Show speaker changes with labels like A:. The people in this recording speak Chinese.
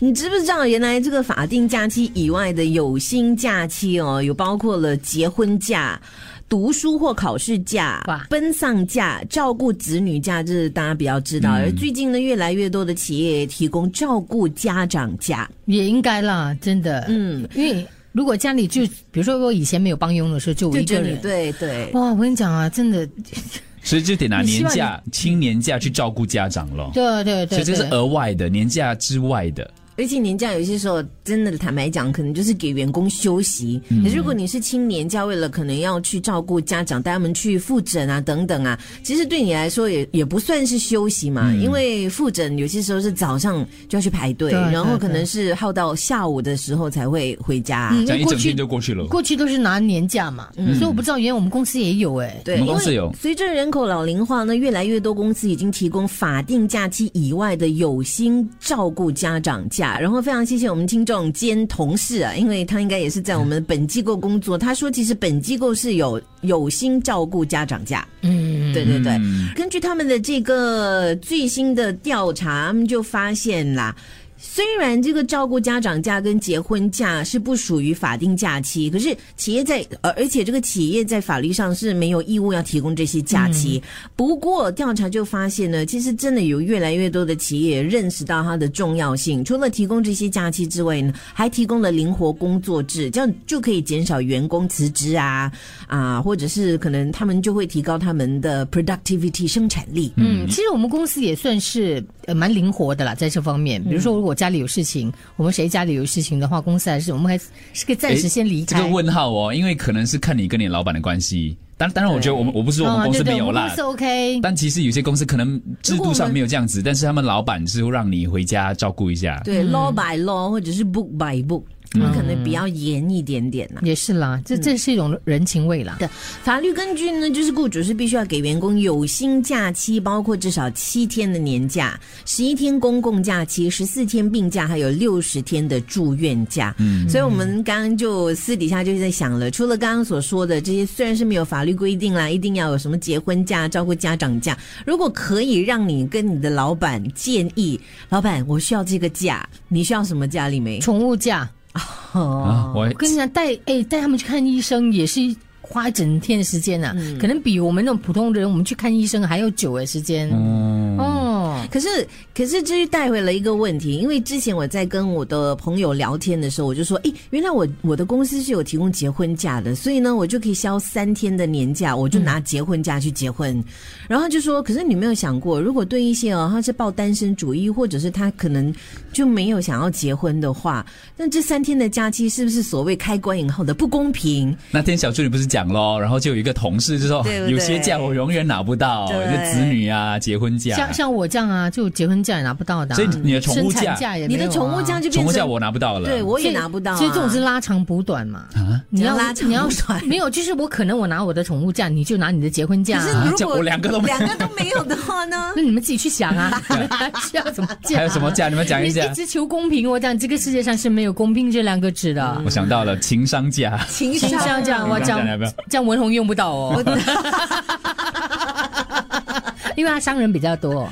A: 你知不知道，原来这个法定假期以外的有薪假期哦，有包括了结婚假、读书或考试假
B: 哇、
A: 奔丧假、照顾子女假，这是大家比较知道。而最近呢，越来越多的企业也提供照顾家长假。
B: 也应该啦，真的，
A: 嗯，
B: 因为如果家里就，比如说我以前没有帮佣的时候，就我
A: 就
B: 一
A: 这
B: 个
A: 里
B: 人，
A: 对对。
B: 哇，我跟你讲啊，真的，
C: 所以就得拿
B: 你希
C: 年
B: 望
C: 假、青年假去照顾家长咯。
B: 对对
C: 所
B: 对
C: 以这是呃
B: 对，
C: 额外的年假之外的，
A: 而且年假有些时候真的坦白讲，可能就是给员工休息。
B: 嗯
A: 可是如果你是青年假，为了可能要去照顾家长，带他们去复诊啊等等啊，其实对你来说也也不算是休息嘛，
B: 嗯
A: 因为复诊有些时候是早上就要去排队，
B: 对对
A: 然后可能是耗到下午的时候才会回家啊、
B: 嗯
C: 这样一
B: 过
C: 整
B: 去
C: 天就过去了。
B: 过去都是拿年假嘛，
C: 嗯
B: 所以我不知道，原来我们公司也有哎、
A: 对，
C: 我们
A: 因
C: 公司
A: 为
C: 有
A: 随着人口老龄化呢，越来越多公司已经提供法定假期以外的有薪照顾家长假。然后非常谢谢我们听众兼同事啊，因为他应该也是在我们本机构工作。他说，其实本机构是有有薪照顾家长假。
B: 嗯，
A: 对对对，
C: 嗯
A: 根据他们的这个最新的调查，他们就发现啦。虽然这个照顾家长假跟结婚假是不属于法定假期，可是企业在而而且这个企业在法律上是没有义务要提供这些假期。不过调查就发现呢，其实真的有越来越多的企业认识到它的重要性，除了提供这些假期之外呢，还提供了灵活工作制，这样就可以减少员工辞职啊啊，或者是可能他们就会提高他们的 productivity 生产力。
B: 嗯，其实我们公司也算是呃蛮灵活的啦，在这方面，
C: 嗯
B: 比如说如果家里有事情，我们谁家里有事情的话，公司还是我们还是可以暂时先离
C: 这
B: 开。
C: 个问号哦，因为可能是看你跟你老板的关系。当当然，我觉得我们我不是说我们公司
B: 啊对对
C: 没有
B: 我们
C: 啦
B: 公司，OK。
C: 但其实有些公司可能制度上没有这样子，但是他们老板是会让你回家照顾一下。
A: 对、l a w by law 或者是 book by book，他们可能比较严一点点啊呐、
B: 也是啦，
C: 嗯
B: 这这是一种人情味啦。
A: 法律根据呢，就是雇主是必须要给员工有薪假期，包括至少七天的年假、十一天公共假期、十四天病假，还有六十天的住院假。嗯，所以我们刚刚就私底下就是在想了，除了刚刚所说的这些，虽然是没有法律规定啦，一定要有什么结婚假、照顾家长假，如果可以让你跟你的老板建议，老板我需要这个假，你需要什么假？李梅？
B: 宠物假，
C: 啊，我
B: 我跟你讲，带哎带他们去看医生也是花一整天的时间呐、
C: 嗯
B: 可能比我们那种普通人，我们去看医生还要久的时间。
C: 嗯，
B: 哦，
A: 可是，可是这就带回了一个问题，因为之前我在跟我的朋友聊天的时候，我就说，诶，原来我我的公司是有提供结婚假的，所以呢，我就可以消三天的年假，我就拿
B: 嗯
A: 结婚假去结婚。然后他就说，可是你没有想过，如果对一些哦，他是抱单身主义，或者是他可能就没有想要结婚的话，那这三天的假期是不是所谓开关以后的不公平？
C: 那天小助理不是讲咯，然后就有一个同事就说
A: 对不对
C: 有些假我永远拿不到，
A: 对
C: 就子女啊、结婚假
B: 像，像我这样啊，就结婚假也拿不到的啊、
C: 所以你的宠物
B: 生
C: 假
B: 产假也
A: 你
B: 没有啊
A: 的宠物假就
C: 宠
A: 变
C: 物假
A: 成
C: 我拿不到了。
A: 对我也
B: 所以
A: 拿不到、啊
B: 所以这种是拉长补短嘛。
C: 啊，
B: 你要
A: 怎样拉长
B: 你要
A: 补短
B: 没有，就是我可能我拿我的宠物假，你就拿你的结婚假、
A: 可
B: 啊。
A: 是如
C: 这
A: 果
C: 我两个都没有
A: 两个都没有的话呢？
B: 那你们自己去 想啊，需要什么假？
C: 还有什么假？你们讲一
B: 你
C: 下
B: 一。直求公平，我讲这个世界上是没有公平这两个字的。
C: 我想到了情商假，
A: 情
B: 情商啊这样，我
C: 情商
B: 讲
C: 讲要不要
B: 这样文红用不到哦，因为他商人比较多。